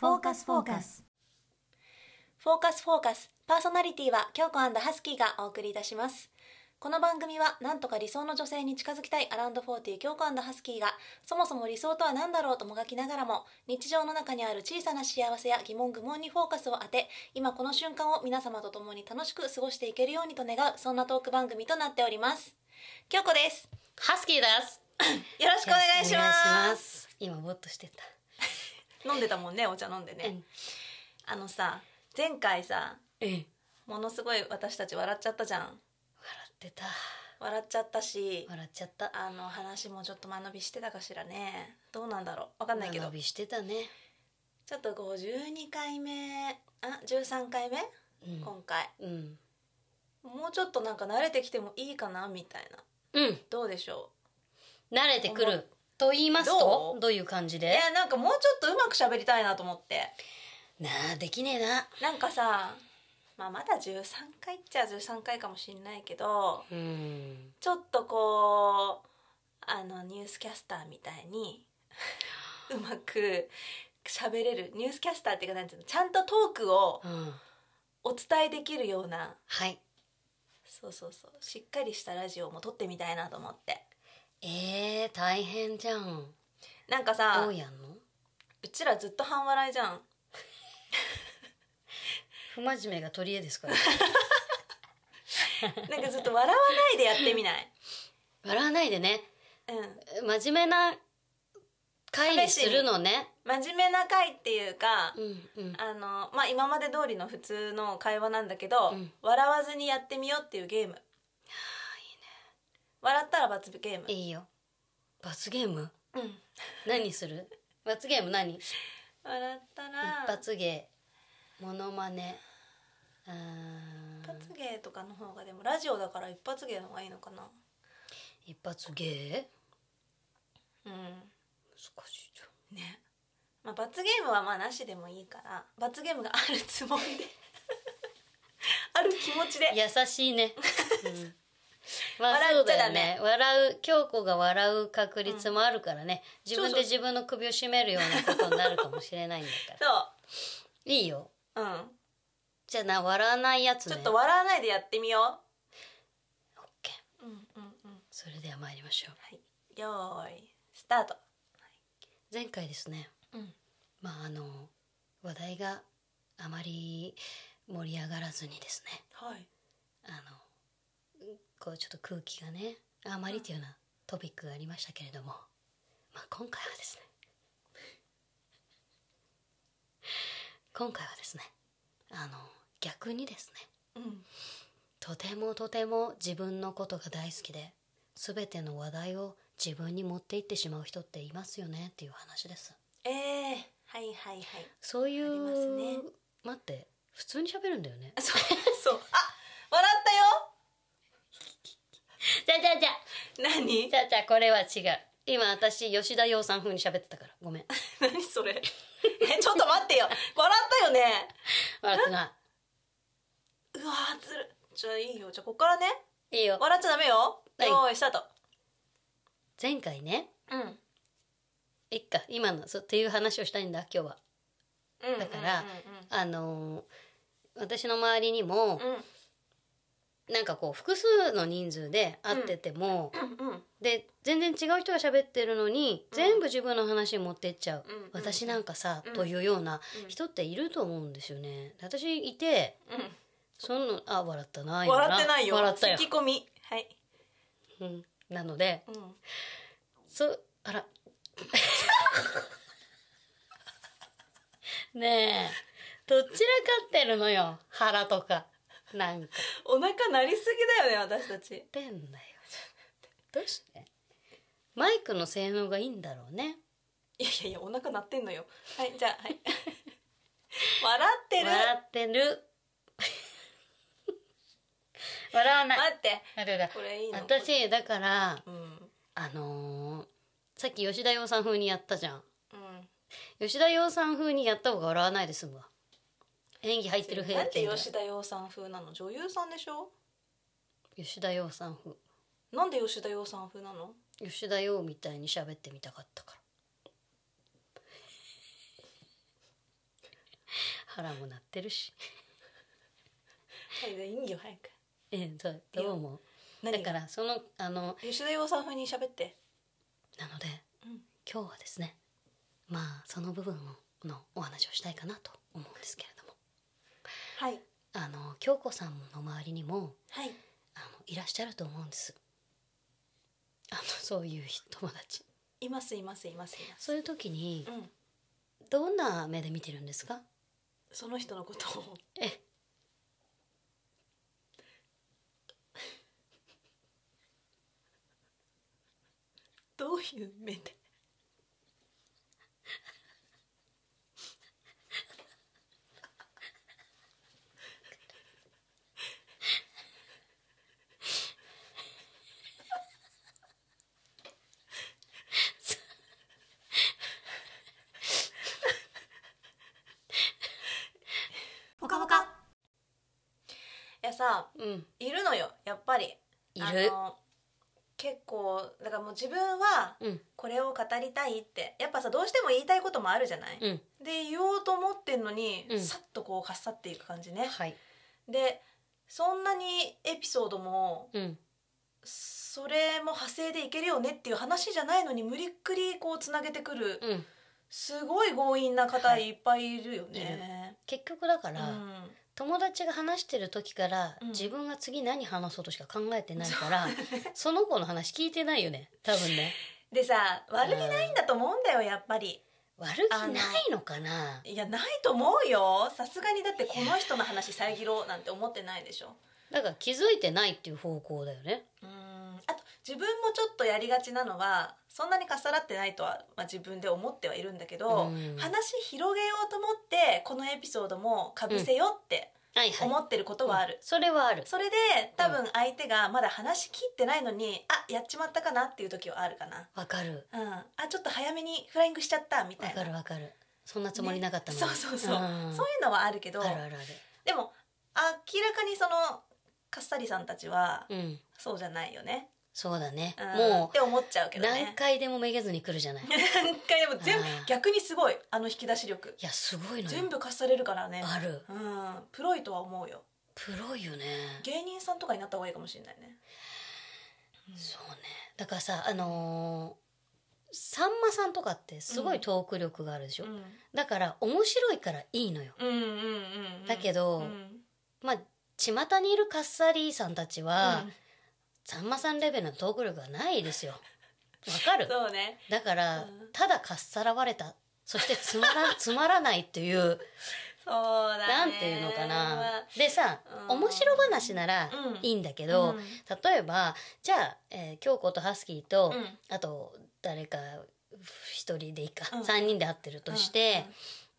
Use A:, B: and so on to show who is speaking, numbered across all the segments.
A: スフォーカスフォーカスフォーカスパーソナリティは京子ハスキーがお送りいたしますこの番組はなんとか理想の女性に近づきたいアラウンド40京子ハスキーがそもそも理想とは何だろうともがきながらも日常の中にある小さな幸せや疑問愚問にフォーカスを当て今この瞬間を皆様と共に楽しく過ごしていけるようにと願うそんなトーク番組となっております京子です
B: ハスキーです。
A: よろしくお願いし
B: よろくお願いし
A: ま
B: ますす。今ぼーっとしてた。
A: 飲んでたもんねお茶飲んでね、あのさ前回さ
B: うん。笑
A: ものすごい私たち笑っちゃったじゃん
B: ってた。
A: 笑っちゃったし
B: 笑っちゃった。
A: あの話もちょっと間延びしてたかしらねどうなんだろうわかんないけど
B: 伸びしてたね。
A: ちょっと52回目あ13回目、
B: うん
A: 今回
B: うん。
A: もうちょっとなんか慣れてきてもいいかなみたいな
B: うん。
A: どうでしょ
B: 慣れてくる。と言います
A: ど
B: と
A: う
B: どういう感
A: う
B: じ
A: い
B: で
A: やなんかもうちょっとうまく喋りたいなと思って
B: なあできねえな
A: なんかさ、まあ、まだ13回っちゃ13回かもしんないけど
B: うん
A: ちょっとこうあのニュースキャスターみたいに うまく喋れるニュースキャスターっていうかなんていうのちゃんとトークを
B: うん
A: お伝えできるような
B: はい
A: そうそうそうしっかりしたラジオも撮ってみたいなと思って
B: えー、大変じゃん
A: なんかさ
B: どうやんの
A: うちらずっと半笑いじゃん
B: 不真面目が取り柄ですから
A: なんかずっと笑わないでやってみない
B: 笑わないでね
A: うん
B: 真面目な会にするのね
A: 真面目な回っていうか
B: うんうん
A: あのまあ今まで通りの普通の会話なんだけど、
B: うん
A: 笑わずにやってみようっていうゲームいいね笑ったら罰ゲーム
B: いいよ罰ゲーム
A: うん
B: 何する罰ゲーム何一
A: 笑ったら
B: 発芸モノマネあ
A: 一
B: ー
A: 発芸とかの方がでもラジオだから一発芸の方がいいのかな
B: 一発芸
A: うん
B: 難しいじゃ
A: ねまあ罰ゲームはまあなしでもいいから罰ゲームがあるつもりで ある気持ちで
B: ん優しい ね、うんまあ
A: 笑
B: そう
A: っちゃ
B: だ
A: ダ
B: よ
A: メ
B: ね笑う京子が笑う確率もあるからね、自分で自分の首を絞めるようなことになるかもしれないんだから
A: そ
B: いいよ
A: ううん
B: じゃあな笑わないやつ
A: ち
B: ね
A: ょっと笑わないでやってみよ
B: オッケー
A: ううんうんうん
B: それでは参りましょ
A: はいよーいスタート
B: う前回ですね
A: うん
B: まああの話題があまり盛り上がらずにですね
A: はい
B: あのこうちょっと空気がねあまりというようなトピックがありましたけれども、まあ、今回はですね 今回はですねあの逆にですね
A: うん
B: とてもとても自分のことが大好きで全ての話題を自分に持っていってしまう人っていますよねっていう話です
A: ええー、はいはいはい
B: そうい
A: ありますね
B: う、待って普通に喋るんだよね
A: そうそうあ笑っ
B: じゃあじゃあじゃあ
A: たよ何
B: じゃあじゃあこれは違う今私吉田羊さん風に喋ってたからごめん
A: 何それ えちょっと待ってよ笑ったよね
B: 笑ってな
A: うわーずるじゃあいいよじゃあこっからね
B: いいいよ
A: 笑っちゃダメよ
B: はい
A: よーいスタート
B: 前回ね
A: うん
B: いっか今のそうっていう話をしたいんだ今日は
A: うん
B: だからあのー私の周りにも
A: うんうん
B: なんかこう複数の人数で会ってても、
A: うんうん
B: で全然違う人が喋ってるのに、
A: うん
B: 全部自分の話に持ってっちゃう、
A: うん
B: 私なんかさ、
A: うん
B: というような
A: うん
B: 人っていると思うんですよねで私いて
A: う
B: そんのあ笑ったなん
A: 笑ってないよ
B: 笑ったよ、
A: 咳込みはい
B: うん、なので
A: うん
B: そうあらねえどちらかってるのよ腹とかなんか
A: お腹鳴りすぎだよね私たち
B: ってんだよどうしてマイクの性能がいいんだろうね
A: いやいやいやお腹鳴ってんのよはいじゃあはい 笑ってる
B: 笑ってる笑わない
A: 待って
B: あれだ
A: これいいの
B: 私だから
A: うん
B: あのーさっき吉田洋さん風にやったじゃん
A: うん
B: 吉田洋さん風にやった方が笑わないで済むわ演技入ってる平
A: なんで
B: 均
A: 吉田羊さん風なの女優さんでしょ
B: 吉田洋さん風
A: なんで吉田羊さん風なの
B: 吉田洋みたいに喋ってみたかったから 腹も鳴ってるし
A: いいいよ早く
B: ええどうどう思うだ
A: 何
B: か
A: から
B: らそのあの
A: 吉田洋さん風に喋って
B: なので
A: うん
B: 今日はですねまあその部分のお話をしたいかなと思うんですけれども
A: はい
B: あの京子さんの周りにも
A: はい
B: あのいらっしゃると思うんですあのそういう友達
A: いますいますいますいます
B: そういう時に
A: うん
B: どんな目で見てるんですか
A: その人のことを
B: え
A: どういう目で
B: ぽかぽか
A: いやさ
B: うん
A: いるのよやっぱり
B: い
A: あ
B: る
A: の結構だからもう自分は
B: うん
A: これを語りたいってやっぱさどうしても言いたいこともあるじゃない、
B: うん
A: で言おうと思ってんのに、
B: うん
A: さっとこうかっさっていく感じね
B: はい
A: でそんなにエピソードも
B: うん
A: それも派生でいけるよねっていう話じゃないのに無理っくりこうつなげてくる
B: うん
A: すごい強引な方
B: は
A: い
B: い
A: っぱいいるよね、
B: 結局だから、
A: うん
B: 友達が話してる時から、
A: うん
B: 自分が次何話そうとしか考えてないからその子の話聞いてないよね多分ね
A: でさ悪気ないんだと思うんだよやっぱり
B: 悪気ないのかない
A: やないと思うよさすがにだってこの人の話遮ろうなんて思ってないでしょ
B: だから気づいてないっていう方向だよね
A: うんあと自分もちょっとやりがちなのはそんなにかっさらってないとは、まあ、自分で思ってはいるんだけど、
B: うん
A: 話広げようと思ってこのエピソードもかぶせようって
B: はいはい
A: 思ってることはある、
B: それはある
A: それで多分相手がまだ話し切ってないのに、あやっちまったかなっていう時はあるかな
B: わかる
A: うんあちょっと早めにフライングしちゃったみた
B: わ
A: いな
B: かるわかるそんなつもりなかったもん、
A: ねそうそうそう
B: うん
A: そういうのはあるけど
B: あるある
A: でも明らかにそのかっさりさんたちは
B: あるうん
A: そうじゃないよね、
B: そうだね、
A: うんっ
B: も
A: て思っちゃうけ
B: う
A: どね
B: 何回でもめげずに来るじゃないい
A: 何回でも全部
B: あー
A: 逆にすごいあの引き出し力
B: やすごいのよ
A: 全部貸されるからね
B: ある
A: うんプロいとは思うよ
B: プロよね
A: 芸人さんとかになった方がいいかもしれないね
B: そうねだからさあのーさんまさんとかってすごいトーク力があるでしょ、
A: うん
B: だから面白いからいいのよ
A: うんうんうんうん
B: だけど
A: うん
B: まあ巷にいるカッサリーさんたちは、
A: うん
B: さんまさんレベルのトーク力がないですよわかる
A: そうね
B: だから、
A: うん
B: ただかっさらわれたそして つまらつまらないっていう
A: そうだね
B: なんていうのかなでさ
A: うん
B: 面白話なら
A: うん
B: いいんだけ
A: う
B: ど、
A: ん
B: 例えばじゃあ、えー京子とハスキーと、
A: うん
B: あと誰か一人でいいか、
A: うん
B: 三3人で会ってるとして、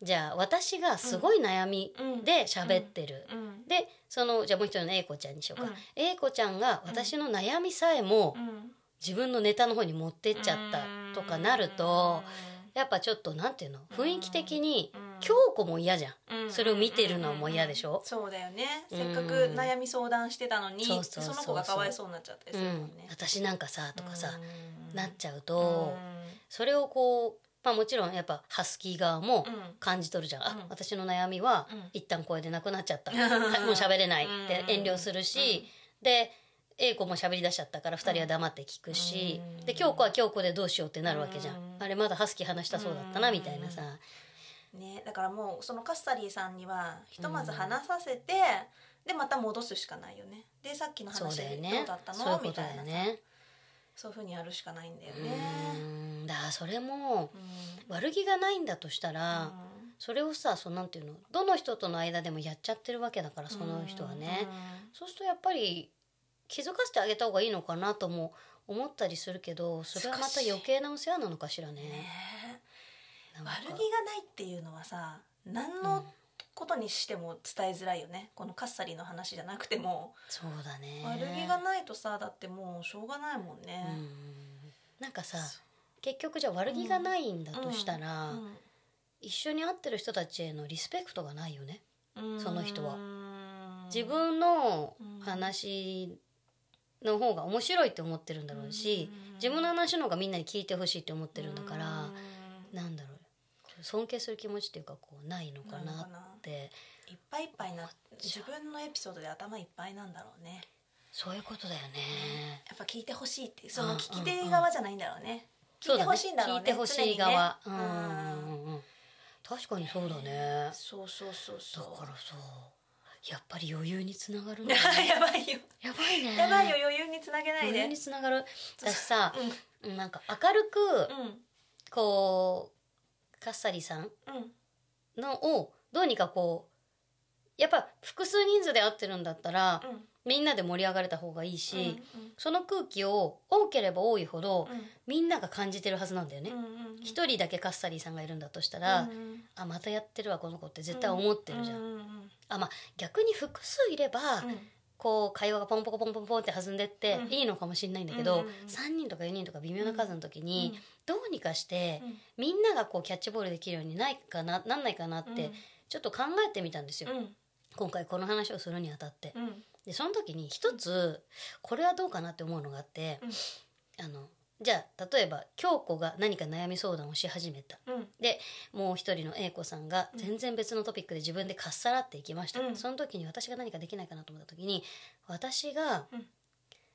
B: じゃあ私がすごい悩みで喋ってる、
A: うんうん
B: でそのじゃあもう一人の A 子ちゃんにしようか、
A: うん
B: A 子ちゃんが私の悩みさえも
A: うん
B: 自分のネタの方に持ってっちゃったとかなると、やっぱちょっとなんていうの雰囲気的に
A: うん
B: 京子も嫌じゃん、
A: うん
B: それを見てるのも嫌でしょ
A: そうだよね
B: うん
A: せっかく悩み相談してたのに
B: そう
A: そ
B: そうそうそう
A: の子がかわいそうになっちゃったり
B: う
A: するも
B: ん
A: んね、
B: 私なんかさとかさ、
A: うん
B: なっちゃうと、それをこう、まあ、もちろんやっぱハスキー側も
A: うん
B: 感じ取るじゃん、
A: うん
B: あ私の悩みは
A: うん
B: 一旦これでなくなっちゃ った、
A: うん
B: はいもう喋れないっ
A: う
B: て
A: ん
B: 遠慮するし、で A 子も喋り出しちゃったから2人は黙って聞く
A: う
B: し、
A: ん
B: で京子は京子でどうしようってなるわけじゃん、
A: うん
B: あれまだハスキー話したそうだったな
A: うん
B: みたいなさ、
A: ねだからもうそのカッサリーさんにはひとまず話させて、でまた戻すしかないよねでさっきの
B: そう
A: 話
B: だよ
A: ど
B: ね
A: うだったの
B: そういうこ
A: み
B: と
A: た
B: だ
A: いなさ
B: よね。
A: そういうふうにやるしかないんだよね
B: うんだからそれも
A: うん
B: 悪気がないんだとしたら、
A: うん
B: それをさそうなんていうのどの人との間でもやっちゃってるわけだからその人はね、そうするとやっぱり気づかせてあげた方がいいのかなとも思ったりするけどそれはまた余計なお世話なのかしらね
A: うんね
B: なんか
A: 悪気がないっていうのはさ何のことにしても伝えづらいよね、このカッサリーの話じゃなくても、
B: そうだね
A: 悪気がないとさだってもうしょうがないもんね
B: う、んなんかさ結局じゃあ悪気がないんだとしたら、一緒に会ってる人たちへのリスペクトがないよね、
A: うん
B: その人は
A: うん
B: 自分の
A: うん
B: 話の方が面白いって思ってるんだろうし、
A: うん
B: 自分の話の方がみんなに聞いてほしいって思ってるんだから、
A: うん
B: なんだろうこ尊敬する気持ちっていうかこうないの
A: な
B: か
A: のか
B: な
A: な
B: って
A: いっぱいいっぱいな
B: ち
A: 自
B: ゃう
A: 分のエピソードで頭いっぱいなんだろうね
B: そういうことだよね。
A: やっぱ聞いてほしいってそ
B: うん
A: の聞き手側じゃないんだろうね聞
B: そ
A: いうて
B: だね
A: ほしいんだろうね
B: 聞いてほしい側。う
A: 常
B: ん
A: に
B: う
A: ね
B: んうんうん。確かにそうだね。
A: そうそうそうそ
B: だ
A: う
B: からそうやっぱり余裕につながるんだ ね。
A: やばいよ
B: やばいね。
A: やばいよ余裕につなげない
B: 余
A: で
B: 裕
A: うん
B: につながる。私さ、なんか明るくこうカッサリさん
A: うんうん
B: のをどうにかこうやっぱ複数人数で会ってるんだったら、
A: うん
B: みんなで盛り上がれた方がいいし、
A: うん
B: その空気を多ければ多いほど、
A: うん
B: みんなが感じてるはずなんだよね
A: うんうんうん
B: 一、人だけカッサリーさんがいるんだとしたら、
A: うんうん
B: あまたやってるわこの子って絶対思ってるじゃん、
A: うううん
B: あまあ逆に複数いれば、
A: うん
B: こう会話がポンポコポンポンポンって弾んでって
A: うん
B: いいのかもしれないんだけど、
A: うんうんうん
B: 3人とか4人とか微妙な数の時に、どうにかして、
A: うん
B: みんながこうキャッチボールできるようにないかななんないかなって、ちょっと考えてみたんですよ、
A: うん
B: 今回この話をするにあたって。
A: うん
B: でその時に一つこれはどうかなって思うのがあって、あのじゃあ例えば京子が何か悩み相談をし始めた
A: うん
B: でもう一人の A 子さんが全然別のトピックで自分でかっさらっていきました、
A: うん
B: その時に私が何かできないかなと思った時に私が「
A: うん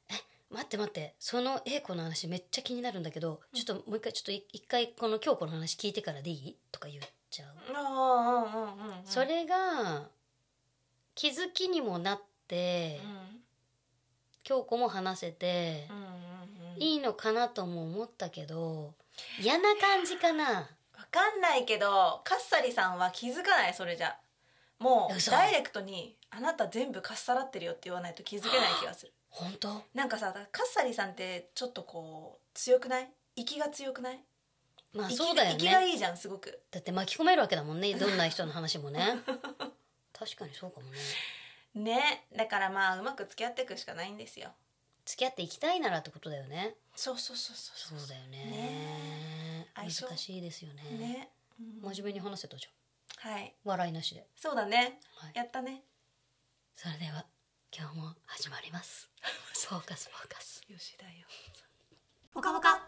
B: え待って待ってその A 子の話めっちゃ気になるんだけどちょっともう一回ちょっとい一回この京子の話聞いてからでいい?」とか言っちゃう。
A: ああうんうんうん
B: それが気づきにもなって、
A: うん
B: 京子も話せて
A: う、んうんうん
B: いいのかなとも思ったけど嫌な感じかな
A: わかんないけどカッサリさんは気づかないそれじゃもう
B: 嘘
A: ダイレクトに「あなた全部かっさらってるよ」って言わないと気づけない気がする
B: 本当
A: なんかさカッサリさんってちょっとこう強くない息が強くない
B: まあ
A: 息
B: そうだよ
A: 息が
B: ね
A: いいじゃんすごく
B: だって巻き込めるわけだもん ねどんな人の話もね確かにそうかもね
A: ねだからまあうまく付き合っていくしかないんですよ
B: 付き合っていきたいならってことだよね
A: そうそうそうそう
B: そうだよね
A: ねえ
B: 難
A: 相性
B: しいですよね
A: ね、うん
B: 真面目に話せたじゃん
A: はい
B: 笑いなしで、
A: そうだね
B: はい、
A: やったね
B: それでは今日も始まります フォーカスフォーカス
A: 吉田よ
B: ほかほか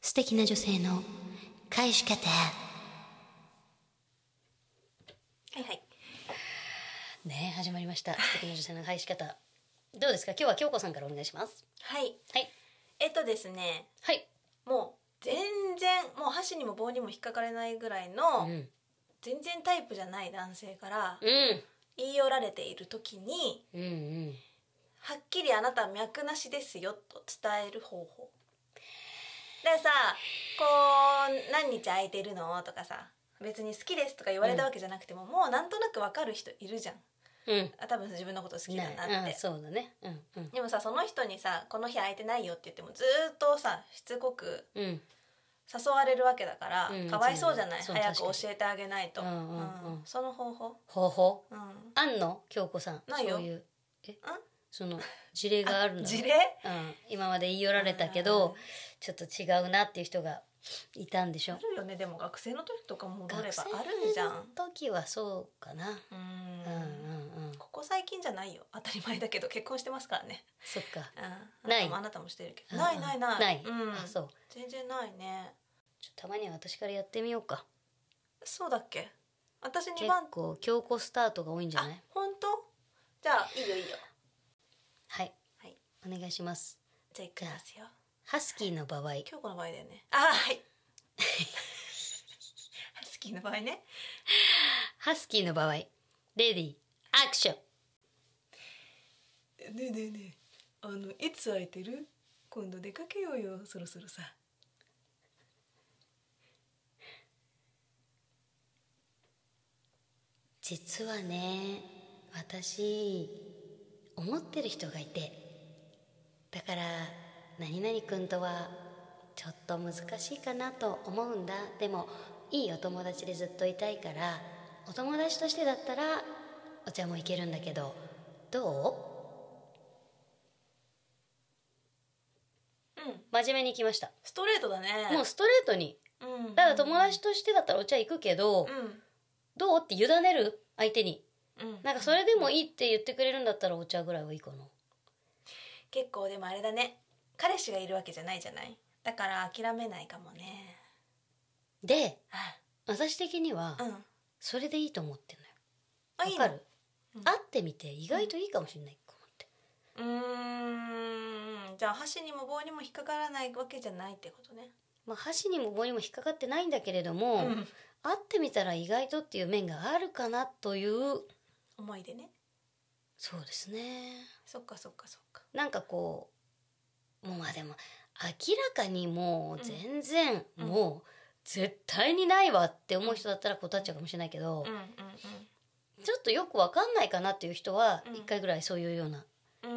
B: 素敵な女性の返し方
A: はいはい
B: ねえ始まりました素敵な女性の返し方どうですか今日は京子さんからお願いします
A: はい
B: はい
A: えっとですね
B: はい、
A: もう全然もう箸にも棒にも引っかかれないぐらいの、
B: うん
A: 全然タイプじゃない男性から
B: うん
A: 言い寄られている時に
B: うんうん
A: はっきりあなたは脈なしですよと伝える方法だからさこう何日空いてるのとかさ別に好きですとか言われたわけじゃなくても、もうなんとなくわかる人いるじゃん
B: うん
A: あ多分自分のこと好きだなって、
B: ねうんそうだねうんうん
A: でもさその人にさ「この日空いてないよ」って言ってもずーっとさしつこく
B: うん
A: 誘われるわけだから、
B: うん
A: かわいそうじゃない
B: そう
A: 早く
B: 確か
A: 教
B: に
A: えてあげないと、
B: うんうんうん
A: うんその方法、
B: 方法
A: うん、
B: あんの京子さん
A: ないよ
B: そういうえその事例があるの
A: 事
B: う
A: 例
B: ん、今まで言い寄られたけどちょっと違うなっていう人がいたんでしょ
A: あるよねでも学生の時とか戻れば
B: 学生
A: あるじゃん
B: の時はそうかな
A: うん
B: うんうんうん
A: ここ最近じゃないよ当たり前だけど結婚してますからね、
B: そっか
A: うん、
B: な
A: あなた
B: い
A: もあなたもしてるけどないないない
B: ない、
A: うん、
B: あそう
A: 全然ないね
B: ちょたまには私からやってみようか
A: そうだっけ私2
B: 結
A: 番
B: 構強行スタートが多いんじゃ
A: あ
B: ない
A: 本当じゃあいいよいいよ
B: はい、
A: はい
B: お願いします
A: じゃあいきますよ
B: ハスキーの場合
A: 京子の場合だよねあはい ハスキーの場合ね
B: ハスキーの場合レディーアクション
A: ねえねえねえあのいつ空いてる今度出かけようよそろそろさ
B: 実はね私思ってる人がいてだから何々君とはちょっと難しいかなと思うんだでもいいお友達でずっといたいからお友達としてだったらお茶もいけるんだけどど
A: うん
B: う真面目に行きました
A: ストレートだね
B: もうストレートに
A: うん
B: だから友達としてだったらお茶行くけど、どうって委ねる相手に
A: うん、うん、
B: なんかそれでもいいって言ってくれるんだったらお茶ぐらいはいいかな
A: 結構でもあれだね彼氏がいるわけじゃないじゃないだから諦めないかもね
B: で私的には
A: うん
B: それでいいと思ってる
A: あ
B: の
A: い
B: よ
A: い
B: わ
A: の
B: かる
A: うん
B: 会ってみて意外といいかもしれないと思っ
A: う
B: て
A: ーんじゃあ箸にも棒にも引っかからないわけじゃないってことね
B: まあ、箸にも棒にも引っかかってないんだけれども、
A: うん
B: 会ってみたら意外とっていう面があるかなという
A: 思い出ね
B: そうですね
A: そっかそっかそっか
B: なんかこうもうまあでも明らかにもう全然、
A: うん
B: もう絶対にないわって思う人だったら断っちゃうかもしれないけど、
A: うんうん
B: ちょっとよくわかんないかなっていう人は
A: うん
B: 一回ぐらいそういうような
A: うんう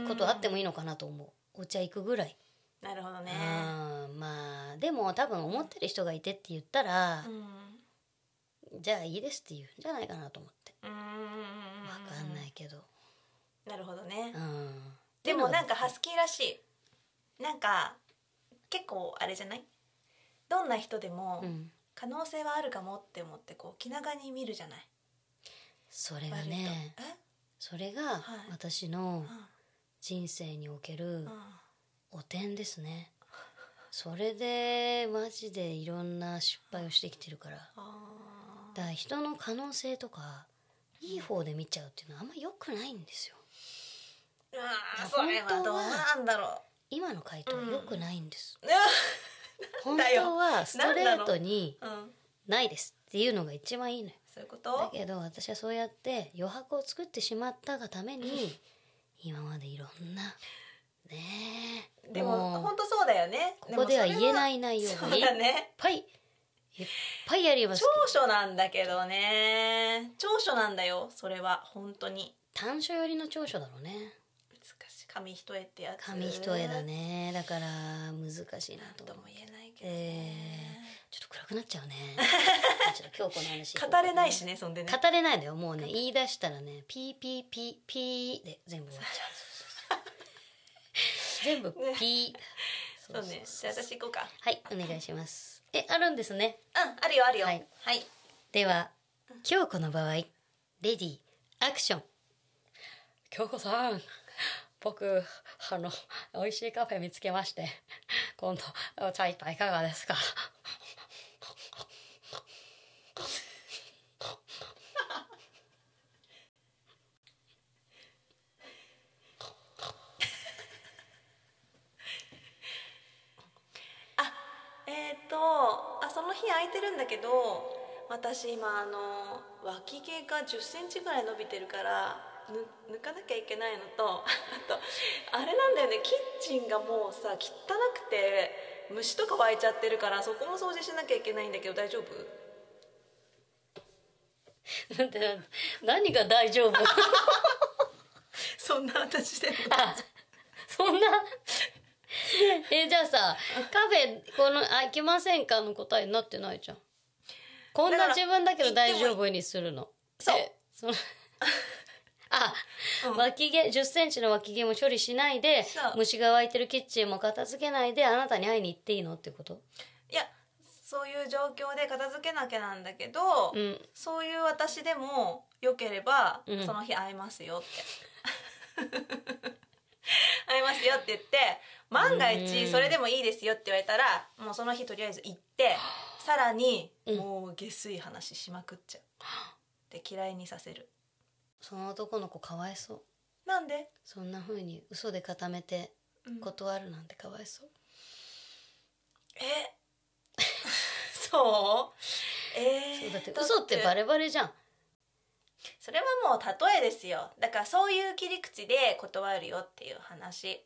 A: ーん
B: ことあってもいいのかなと思う、お茶行くぐらい、
A: なるほどね
B: うんまあでも多分思ってる人がいてって言ったら
A: う、ん
B: じゃあいいですって言うんじゃないかなと思って。
A: うーん
B: わかんないけど、
A: なるほどね
B: うん、
A: でもなんか
B: は
A: ハスキーらしいなんか結構あれじゃないどんな人でも
B: うん、
A: 可能性はあるかもって思ってこう気長に見るじゃない
B: それが
A: 割と
B: ねそれが
A: はい
B: 私の
A: え
B: 人生における
A: うんうん
B: 汚点ですね、それでマジでいろんな失敗をしてきてるから
A: あー
B: だから人の可能性とかいい方で見ちゃうっていうのはあんま良くないんですよ
A: うわーそれはどうなんだろ
B: 今の回答は
A: うん
B: 良くないんです、
A: うなん
B: 本
A: だよ
B: 当はストレートに
A: うん
B: ないですっていうのが一番いいのよ
A: そういうこ
B: だ
A: と
B: けど私はそうやって余白を作ってしまったがために今までいろんなねえ
A: でも
B: う
A: 本当そうだよね
B: ここでは言えないい内容
A: そ
B: が
A: う
B: いっ
A: だね
B: ぱいいっぱいあります
A: 長所なんだけどね長所なんだよそれは本当に
B: 短所寄りの長所だろうね
A: 難しい紙一重ってやつ
B: 紙一重だねだから難しいな
A: なん
B: と
A: と
B: 思う
A: も言えないけど
B: え
A: ね、
B: ちょっと暗くなっちゃ うねちょっと今日この話
A: 語れないしねそんでね
B: 語れないのよもうね言い出したらねピーピーピーピーで全部終わっちゃう全部ピー、
A: そうねじゃあ私行こうか
B: はいお願いしますえあるんですね
A: うんあるよあるよは
B: はいい、では京子の場合レディーアクション京子さん僕あの美味しいカフェ見つけまして今度お茶一杯いかがですか
A: えっ、とあその日空いてるんだけど私今あの脇毛が1 0ンチぐらい伸びてるからぬ抜かなきゃいけないのとあとあれなんだよねキッチンがもうさ汚くて虫とか湧いちゃってるからそこも掃除しなきゃいけないんだけど大丈夫
B: なんてなんて何が大丈夫
A: そんな私でも
B: あ そんなえじゃあさカフェこのあ行きませんかの答えになってないじゃんこん
A: だか
B: な
A: ら
B: 自分だけど大丈夫にするの
A: そう
B: えその あ、
A: うん
B: 脇毛1 0ンチの脇毛も処理しないで
A: そう
B: 虫が湧いてるキッチンも片付けないであなたに会いに行っていいのってこと
A: いやそういう状況で片付けなきゃなんだけど、
B: うん
A: そういう私でも良ければ、
B: うん
A: その日会えますよって 会えますよって言って万が
B: う
A: 一
B: ん
A: それでもいいですよって言われたらもうその日とりあえず行ってさらに
B: うん
A: もう下水話しまくっちゃうで嫌いにさせる
B: その男の子かわいそう
A: なんで、
B: そんな風に嘘で固めて
A: うん
B: 断るなんてかわいそう
A: え そうえ
B: そう
A: ー
B: だって嘘ってバレバレじゃん
A: それはもう例えですよだからそういう切り口で断るよっていう話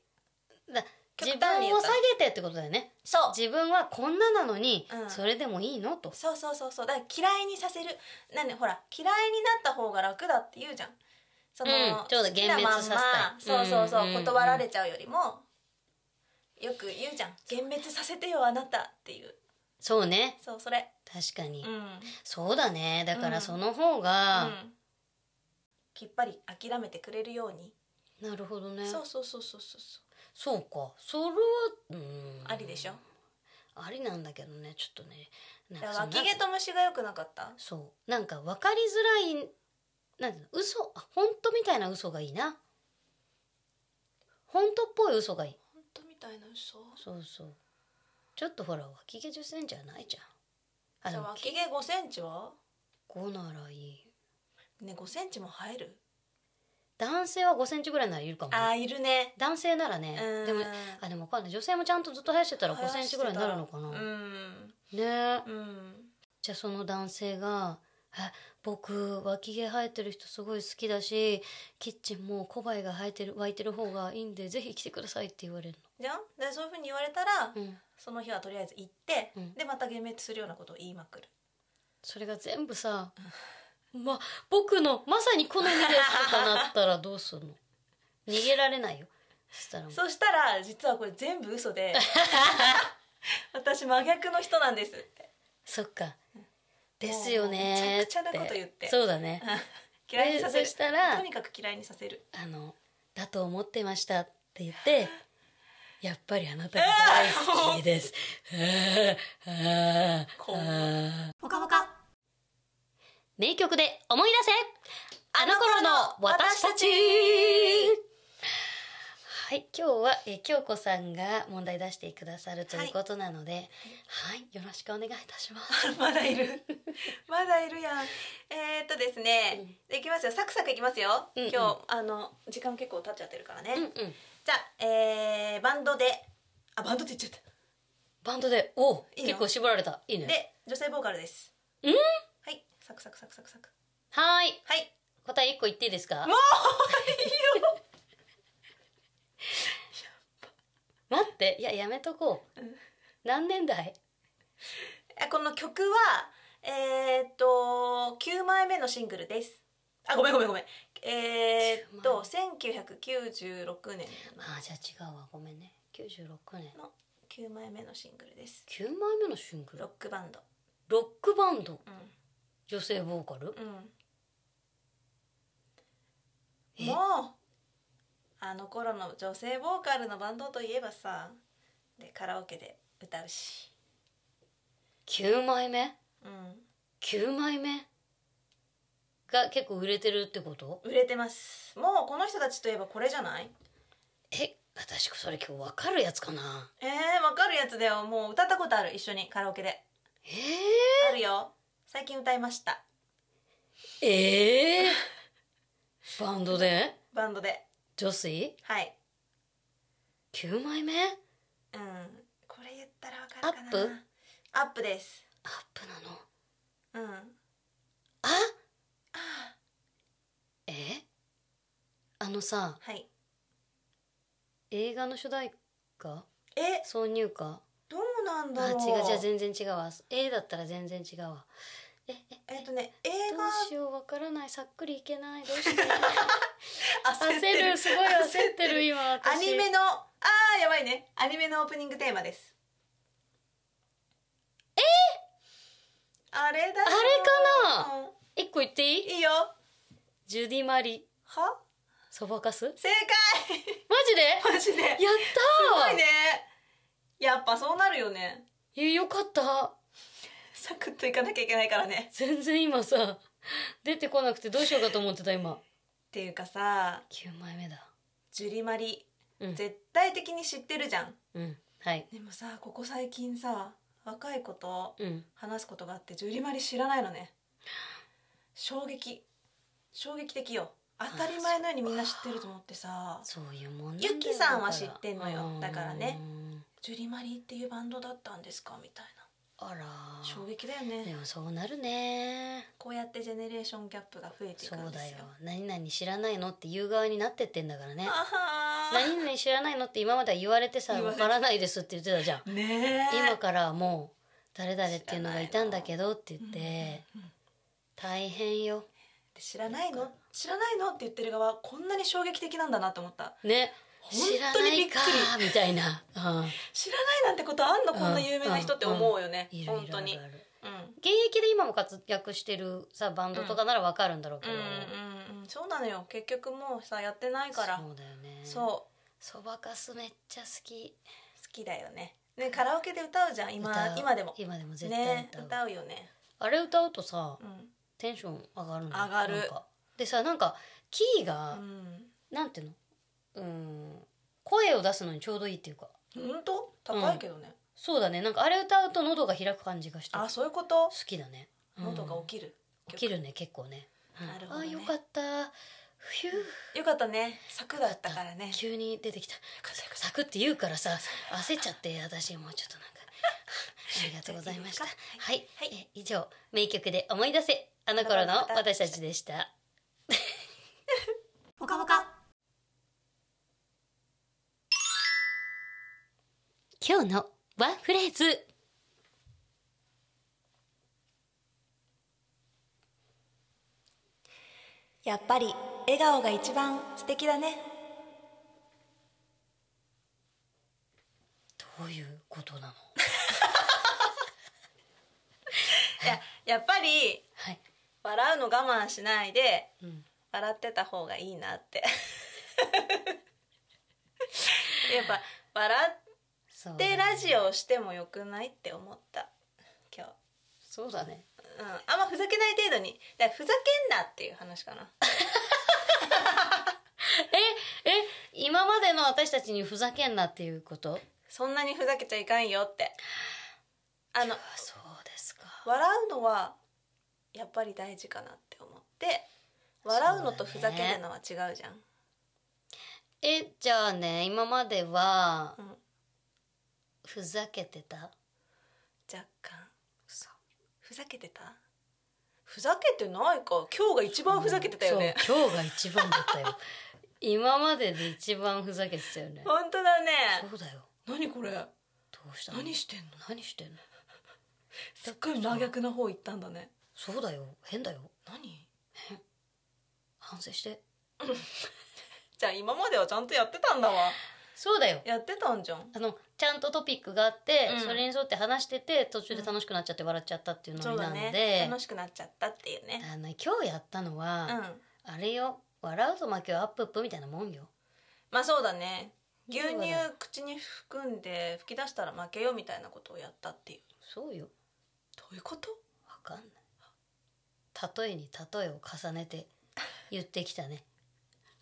B: だ
A: 極
B: 自
A: 端に
B: 分
A: 言
B: を
A: うと
B: 下げてってことだよね
A: そう
B: 自分はこんななのに、
A: うん
B: それでもいいのと
A: そうそうそうそうだから嫌いにさせるなんでほら嫌いになった方が楽だって言うじゃんその、
B: うんちょうど
A: 好きなまんま
B: 幻滅させたい
A: そうそうそう、
B: うんうんうん
A: 断られちゃうよりもよく言うじゃん幻滅させてよあなたっていう
B: そうね
A: そうそれ
B: 確かに、
A: うん、うん、
B: そうだねだか
A: うん
B: らその方が、
A: きっぱり諦めてくれるように、
B: なるほどね
A: そ
B: そう
A: うそうそうそうそうそ
B: かそれはうん
A: うありでしょ
B: ありなんだけどねちょっとねなん
A: だか
B: からその
A: 脇毛と虫が良くなかった
B: そうなんか分かりづらいなんていうの嘘あ本当みたいな嘘がいいな本当っぽい嘘がいい
A: 本当みたいな嘘
B: そうそうちょっとほら脇毛1 0ンチはないじゃんあ
A: じ
B: で
A: ゃあ
B: も
A: 脇毛5センチは
B: 5ならいい
A: ね5センチも生える
B: 男性は5センチぐらいならいるかもね
A: あーいるね
B: 男性ならね
A: うん
B: でもあでもわかんない女性もちゃんとずっと生やしてたら5センチぐらいになるのかな、
A: うん
B: ね
A: うん
B: じゃあその男性が「え僕脇毛生えてる人すごい好きだしキッチンも小バエが生えてる湧いてる方がいいんでぜひ来てください」って言われる
A: じゃんでそういうふうに言われたら、
B: の、うん、
A: その日はとりあえず行って、
B: うん
A: でまた幻滅するようなことを言いまくる
B: それが全部さ「ま、僕のまさに好みです」とかなったらどう すんの逃げられないよそしたらもう
A: そしたら実はこれ全部嘘 で私真逆の人なんです って
B: そっかですよねーって
A: もうめちゃくちゃなこと言って
B: そうだね
A: 嫌いにさせる
B: でそしたら
A: とにかく嫌いにさせる
B: あの「だと思ってました」って言 って「やっぱりあなたが大好きです」あーあ
A: 怖い
B: ーあー
A: ぽかぽか
B: 名曲で思い出せあの頃の私たちはい今日は、えー京子さんが問題出してくださるということなのではい、よろしくお願いいたします
A: まだいるまだいるやんえー、っとですね、でいきますよサクサクいきますよ、
B: うんうん
A: 今日あの時間結構経っちゃってるからね、
B: うんうん
A: じゃあ、えー、バンドであバンドって言っちゃった
B: バンドでおう
A: いいの
B: 結構絞られたいいね
A: で女性ボーカルです
B: うん
A: はいサクサクサクサクサク
B: はーい
A: はい
B: 答え一個言っていいですか
A: も
B: 待っていややめとこう、
A: うん
B: 何年代
A: うあこの曲はえー、っと9枚目のシングルですあごめんごめんごめんえー、っと1996年
B: あーじゃあ違うわごめんね96年
A: の9枚目のシングルです
B: 9枚目のシングル
A: ロックバンド
B: ロックバンド
A: うん
B: 女性ボーカ
A: う
B: ル
A: ん、
B: え
A: もうあの頃の女性ボーカルのバンドといえばさでカラオケで歌うし、
B: 9枚目
A: うん、
B: 9枚目が結構売れてるってこと
A: 売れてますもうこの人たちといえばこれじゃない
B: え私それ今日わかるやつかな
A: えー、わかるやつだよもう歌ったことある一緒にカラオケで
B: え
A: あるよ最近歌いました
B: ー、えー、バンドで
A: バンドで
B: 女子
A: はい
B: 9枚目
A: うんこれ言ったらわかるかな
B: アップ
A: アップです
B: アップなの
A: うん
B: あ
A: あ
B: えあのさ
A: ーはい
B: 映画の主題歌
A: え
B: 挿入歌
A: どうなん
B: あ
A: だろう
B: 違うじゃあ全然違うわ A だったら全然違うわええ
A: えっとね映
B: どう
A: 画
B: しようわからないさっくりいけないどうし て
A: 焦ってる
B: 焦るすごい焦ってる今私
A: アニメのあーやばいねアニメのオープニングテーマですえあれだよ
B: あれかな
A: うん
B: 一個言っていい
A: いいよ
B: ジュディ・マリ
A: は
B: そばかすマ
A: 正解
B: ジで やっ
A: マジでや
B: たー
A: ばいねやっぱそうなるよね
B: いやよかった
A: サクッといかなきゃいけないからね
B: 全然今さ出てこなくてどうしようかと思ってた今
A: っていうかさ
B: 9枚目だ
A: ジュリマリ
B: うん、
A: 絶対的に知ってるじゃん
B: うん、はい
A: でもさここ最近さ若い子と
B: うん
A: 話すことがあってジュリマリ知らないのね衝撃衝撃的よ当たり前のようにみんな知ってると思ってさ
B: そういうもんなんだよ
A: ゆきさんは
B: だか
A: 知
B: ら
A: ってんのよだからね
B: うん
A: ジュリマリっていうバンドだったんですかみたい
B: あら
A: な
B: ー
A: 衝撃だよね
B: でもそうなるね
A: こうやってジェネレーションギャップが増えてい
B: そ
A: くん
B: う
A: で
B: だ
A: す
B: よ
A: よ
B: 何々知らないのって言う側になってってんだからね
A: あは
B: 何々知らないのって今までは言われてさ
A: 言わ
B: わ
A: れ
B: からないですって言ってたじゃん
A: ーねえ
B: 今からはもう誰々っていうのがいたんだけどって言って
A: うんうんうん
B: 大変よ
A: 知らないの知らないのって言ってる側こんなに衝撃的なんだなと思った
B: ね
A: 本
B: 知ら
A: 当
B: な
A: にび
B: い
A: っくり
B: かーみたいな、うん、
A: 知らないなんてことあんのこんな有名な人って思うよね
B: いるいる
A: 本当
B: い
A: に
B: るいる
A: うん
B: 現役で今も活躍してるさバンドとかならわかるんだろうけど、
A: うんうんうんそうなのよ結局もうさやってないから
B: そうだよねう
A: そう
B: そばかすめっちゃ好き
A: 好きだよねねカラオケで歌うじゃん今
B: 歌う
A: 今でも
B: 今でも絶対
A: ね
B: 歌う,、
A: 歌うよね
B: あれ歌うとさ
A: うん
B: テンション上がるの
A: 上がる
B: なんかでさなんかキー
A: う
B: が、
A: ん
B: なんていうのうーん声を出すのにちょうどいいっていうか
A: 本当高いけどね
B: そうだねなんかあれ歌うと喉が開く感じがして
A: あ
B: 好
A: そういうこと
B: きだね、うん
A: 喉が起きる、
B: 起きるね結構ね、うん
A: なるほどね
B: あよかった冬
A: よかったね柵だったからね
B: 急に出てきた
A: かったよかった
B: サクって言うからさ焦っちゃって私もうちょっと なんかありがとうございまし
A: い
B: た
A: いですか
B: はい、
A: はい
B: え以上名曲で思い出せあの頃の私たちでした
A: ぽかぽか
B: 今日のワンフレーズ
A: やっぱり笑顔が一番素敵だね
B: どういうことなの
A: いややっぱり
B: はい、
A: 笑うの我慢しないで
B: うん、
A: 笑ってた方がいいなって やっぱ笑
B: そう
A: っ
B: だね
A: てラジオをしてもよくないって思った今日。
B: そうだね
A: うん、あんまふざけない程度にだからふざけんなっていう話かな
B: え今までの私たちにふざけんなっていうこと
A: そんなにふざけちゃいかんよってあの
B: そうですか
A: 笑うのはやっぱり大事かなって思って笑うのとふざけるのは違うじゃん、
B: えじゃあね今までは
A: うん、
B: ふざけてた
A: 若干ふざけてたふざけてないか今日が一番ふざけてたよね、
B: そう今日が一番だ ったよ今までで一番ふざけてたよね
A: 本当だね
B: そうだよ
A: 何これ
B: どうしたの
A: 何してんの
B: 何してんの
A: すっごい真逆な方行ったんだね
B: そうだよ変だよ
A: 何
B: 反省して
A: じゃあ今まではちゃんとやってたんだわ
B: そうだよ
A: やってたんじゃん
B: あのちゃんとトピックがあって、
A: うん
B: それに沿って話してて途中で楽しくなっちゃって笑っちゃったっていうの
A: そう
B: み
A: だ
B: なんで、
A: ね楽しくなっちゃったっていうね
B: あの今日やったの
A: う
B: は、
A: ん
B: あれよ笑うと負けはアップアップみたいなもんよ
A: まあそうだね牛
B: そう
A: 乳
B: だ
A: 口に含んで吹き出したら負けよみたいなことをやったっていう
B: そうよ
A: どういうこと
B: わかんない例えに例えを重ねて言ってきた ね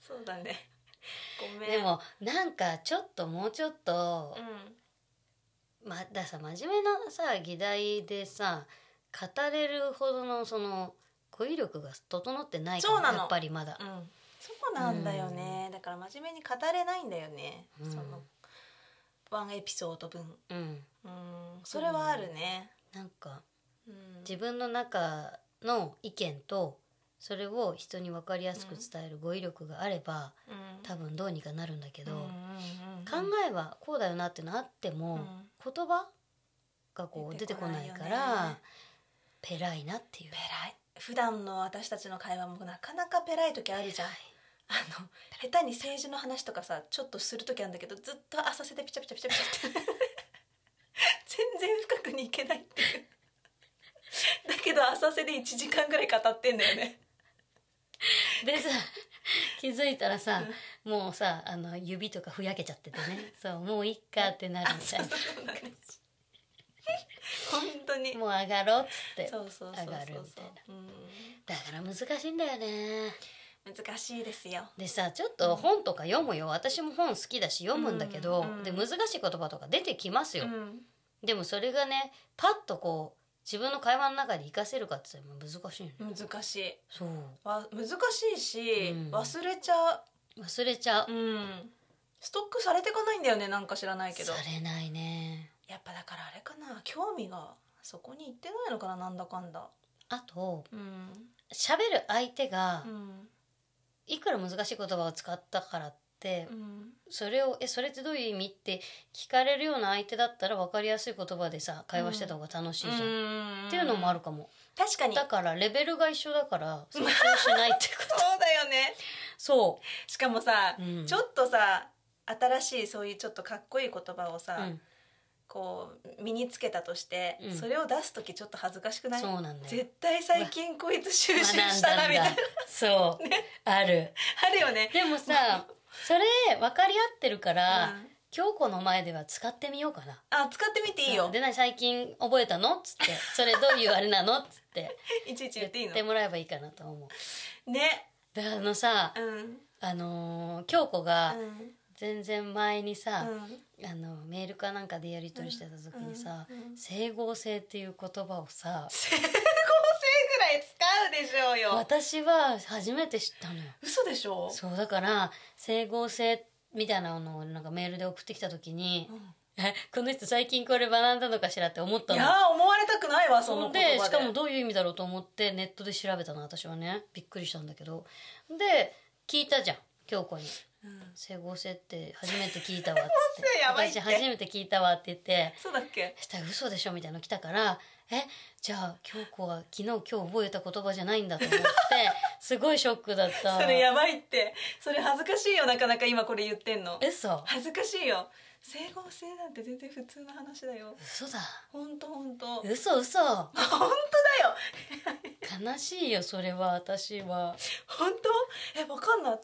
A: そうだね ごめん
B: でもなんかちょっともうちょっと
A: う、
B: まださ真面目なさ議題でさ語れるほどのその語彙力が整ってないから
A: そうなの
B: やっぱりまだ、
A: ん、うん、そうなんだよね、だから真面目に語れないんだよね、
B: うん
A: そのワンエピソード分
B: うん、
A: うんそれはあるね、
B: なんか
A: うん
B: 自分の中の意見とそれを人に分かりやすく伝える語彙力があれば、
A: うん
B: 多分どうにかなるんだけど、
A: うんうんうん
B: 考えはこうだよなっていうのあっても、
A: うん
B: 言葉がこう出てこないから、ペライなっていう
A: ペライ普段の私たちの会話もなかなかペライ時あるじゃんあの下手に政治の話とかさちょっとする時あるんだけどずっと浅瀬でピチャピチャピチャピチャって全然深くに行けないっていうだけど浅瀬で1時間ぐらい語ってんだよね
B: でさ気づいたらさ、もうさあの指とかふやけちゃっててねそうもういっかってなるみたいな
A: そうだね本当に
B: もう上がろうっつって
A: そうそうそうそう
B: 上がるみたい
A: うん
B: だから難しいんだよね
A: 難しいですよ
B: でさちょっと本とか読むよ私も本好きだし読むんだけど、
A: うんうん
B: で難しい言葉とか出てきますよ、
A: うん
B: でもそれがねパッとこう自分の会話の中で活かせるかって言ったら難しいね
A: 難しい
B: そう
A: わ難しいし、
B: うん
A: 忘れちゃ
B: 忘れちゃう
A: う、うん、ストックされてかないんだよねなんか知らないけど
B: されないね
A: やっぱだからあれかな興味がそこに行ってないのかななんだかんだ
B: あと
A: うん、
B: 喋る相手が
A: うん
B: いくら難しい言葉を使ったからって
A: うん、
B: それを「えそれってどういう意味?」って聞かれるような相手だったら分かりやすい言葉でさ会話してた方が楽しいじゃん、っていうのもあ
A: る
B: るかも
A: 確かにそ
B: だ
A: う
B: からレベルが一緒だ から尊重しないってこと
A: だよね
B: そ
A: しかもさ、
B: う、うん
A: ちょっとさ新しいそういうちょっとかっこいい言葉をさ、
B: うん
A: こう身につけたとして、
B: うん
A: それを出す時ちょっと恥ずかしくない
B: そうなんだよ
A: 絶対最近こいつ収集したなみたいな
B: そう、ある
A: あるよね
B: で もさそれ分かり合ってるか
A: う
B: ら、
A: ん
B: 京子の前では使ってみようかな
A: あ使ってみていいよ
B: で何最近覚えたの?」っ つって「それどういうあれなの?」っつって
A: いちいち言
B: 言っ
A: っていいの
B: てもらえばいいかなと思う
A: ね
B: であのさ
A: うん
B: あのー京子が
A: うん
B: 全然前にさ、
A: うん
B: あのメールかなんかでやり取りしてた時にさ、
A: うんうん
B: 整合性っていう言葉をさ
A: 整合性ぐらい使うでしょうよ
B: 私は初めて知ったのよ。
A: 嘘でしょ
B: そうだから整合性みたいなのをなんかメールで送ってきた時に、え この人最近これ学んだのかしらって思った
A: い
B: の
A: やー思われたくないわそ
B: ほ
A: の
B: ん
A: 言葉で
B: でしかもどういう意味だろうと思ってネットで調べたの私はねびっくりしたんだけどで聞いたじゃん京子に
A: うん
B: 「整合性って初めて聞いた わ」っつっ
A: 整合性
B: て
A: やばいって
B: 私初めて聞いたわ」って言って
A: そうだっけ
B: 「したら嘘でしょ」みたいなの来たから「えじゃあ京子は昨日今日覚えた言葉じゃないんだ」と思って すごいショックだった
A: それやばいってそれ恥ずかしいよなかなか今これ言ってんの
B: 嘘
A: 恥ずかしいよ整合性なんて全然普通の話だよ
B: 嘘だ
A: ほんとほんとほんと
B: 嘘嘘
A: だよ
B: 悲しいよそれは私は
A: 本当えわかんない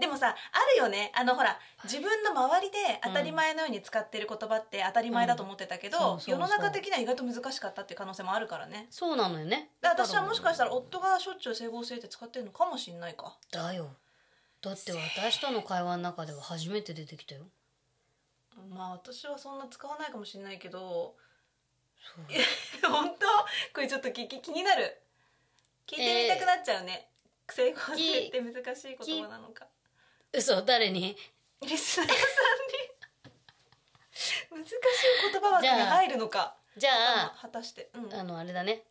A: でもさあるよねあのほら自分の周りで当たり前のように使ってる言葉って当たり前だと思ってたけど、
B: うんそうそうそう
A: 世の中的には意外と難しかったっていう可能性もあるからね
B: そうなのよね
A: だから私はもしかしたら夫がしょっちゅう整合性って使ってるのかもしんないか
B: だよだって私との会話の中では初めて出てきたよ
A: まあ私はそんな使わないかもしんないけど
B: そ う
A: 本当これちょっと聞き気になる聞いてみたくなっちゃうね、整合性って難しい言葉なのか
B: 嘘誰に
A: リスナーさんに難しい言葉枠に入るのか
B: じゃ
A: ま
B: あ
A: あ果たして、うん、くっ
B: あのあれだね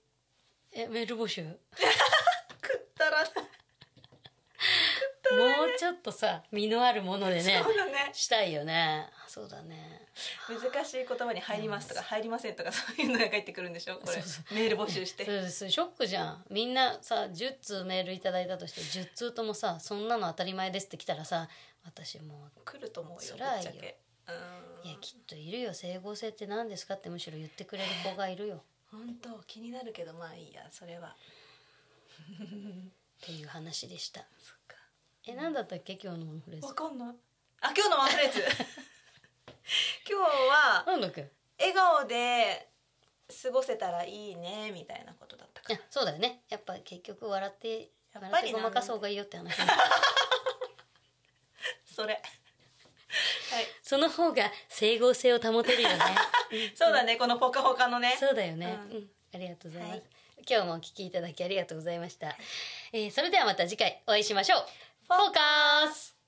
B: えメール募集も
A: たらな
B: うちょっとさ身のあるものでね
A: そうだね
B: したいよねそうだね
A: 難しい言葉に入りますとか入りませんとかそういうのが返ってくるんでしょこれ
B: そうそ
A: メール募集して
B: そうですショックじゃんみんなさ10通メールいただいたとして10通ともさそんなの当たり前ですって来たらさ私もう
A: 来ると思うよぶ
B: 辛
A: っ
B: い
A: ちゃ
B: よ
A: けう
B: いや
A: ん
B: きっといるよ整合性って何ですかってむしろ言ってくれる子がいるよ
A: 本当気になるけどまあいいやそれは
B: っていう話でした
A: そっか
B: え何だったっけ今日のワンフレーズ
A: わかんないあ今日のワンフレーズ 今日は
B: なんだっけ
A: 笑顔で過ごせたらいいねみたいなことだったか
B: いやそうだよねやっぱ結局笑って
A: やっぱりな
B: 笑ってごまかそうがいいよって話
A: それはい
B: その方が整合性を保てるよ ね
A: そうだね、このポカポカのね。
B: そうだよね、
A: う
B: うんんありがとうございます、
A: はい
B: 今日もお聞きいただきありがとうございました、えーそれではまた次回お会いしましょうフォーカス